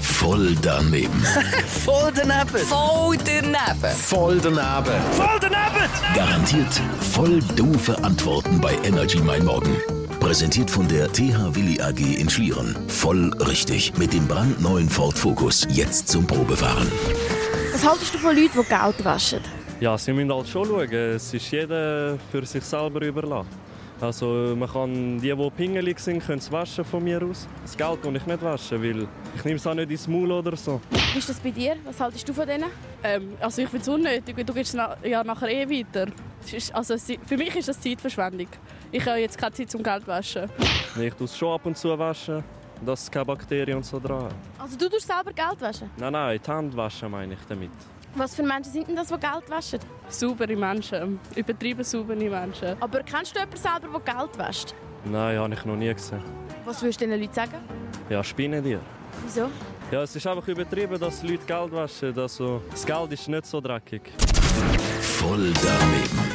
Voll daneben. Voll daneben. Voll daneben. Voll daneben. Garantiert voll doofe Antworten bei Energy Mein Morgen. Präsentiert von der TH Willi AG in Schlieren. Voll richtig. Mit dem brandneuen Ford Focus. Jetzt zum Probefahren. Was haltest du von Leuten, die Geld waschen? Ja, sie müssen halt schon schauen. Es ist jeder für sich selber überlassen. Also man kann die, die pingelig sind, können es waschen von mir aus. Das Geld kann ich nicht waschen, weil ich nehme es auch nicht ins Maul oder so. Wie ist das bei dir? Was haltest du von denen? Ähm, also ich finde es unnötig, weil du gehst na ja nachher eh weiter. Es ist, also, es- für mich ist das Zeitverschwendung. Ich habe jetzt keine Zeit zum Geld waschen. Ich tue es schon ab und zu waschen, dass keine Bakterien und so dran hat. Also du tust selber Geld waschen? Nein, nein, die Hände waschen meine ich damit. Was für Menschen sind denn das, die Geld waschen? Saubere Menschen, übertrieben saubere Menschen. Aber kennst du jemanden selber, der Geld wäscht? Nein, habe ich noch nie gesehen. Was würdest du diesen Leuten sagen? Ja, spinnen die. Wieso? Ja, es ist einfach übertrieben, dass die Leute Geld waschen. Also, das Geld ist nicht so dreckig. Voll daneben.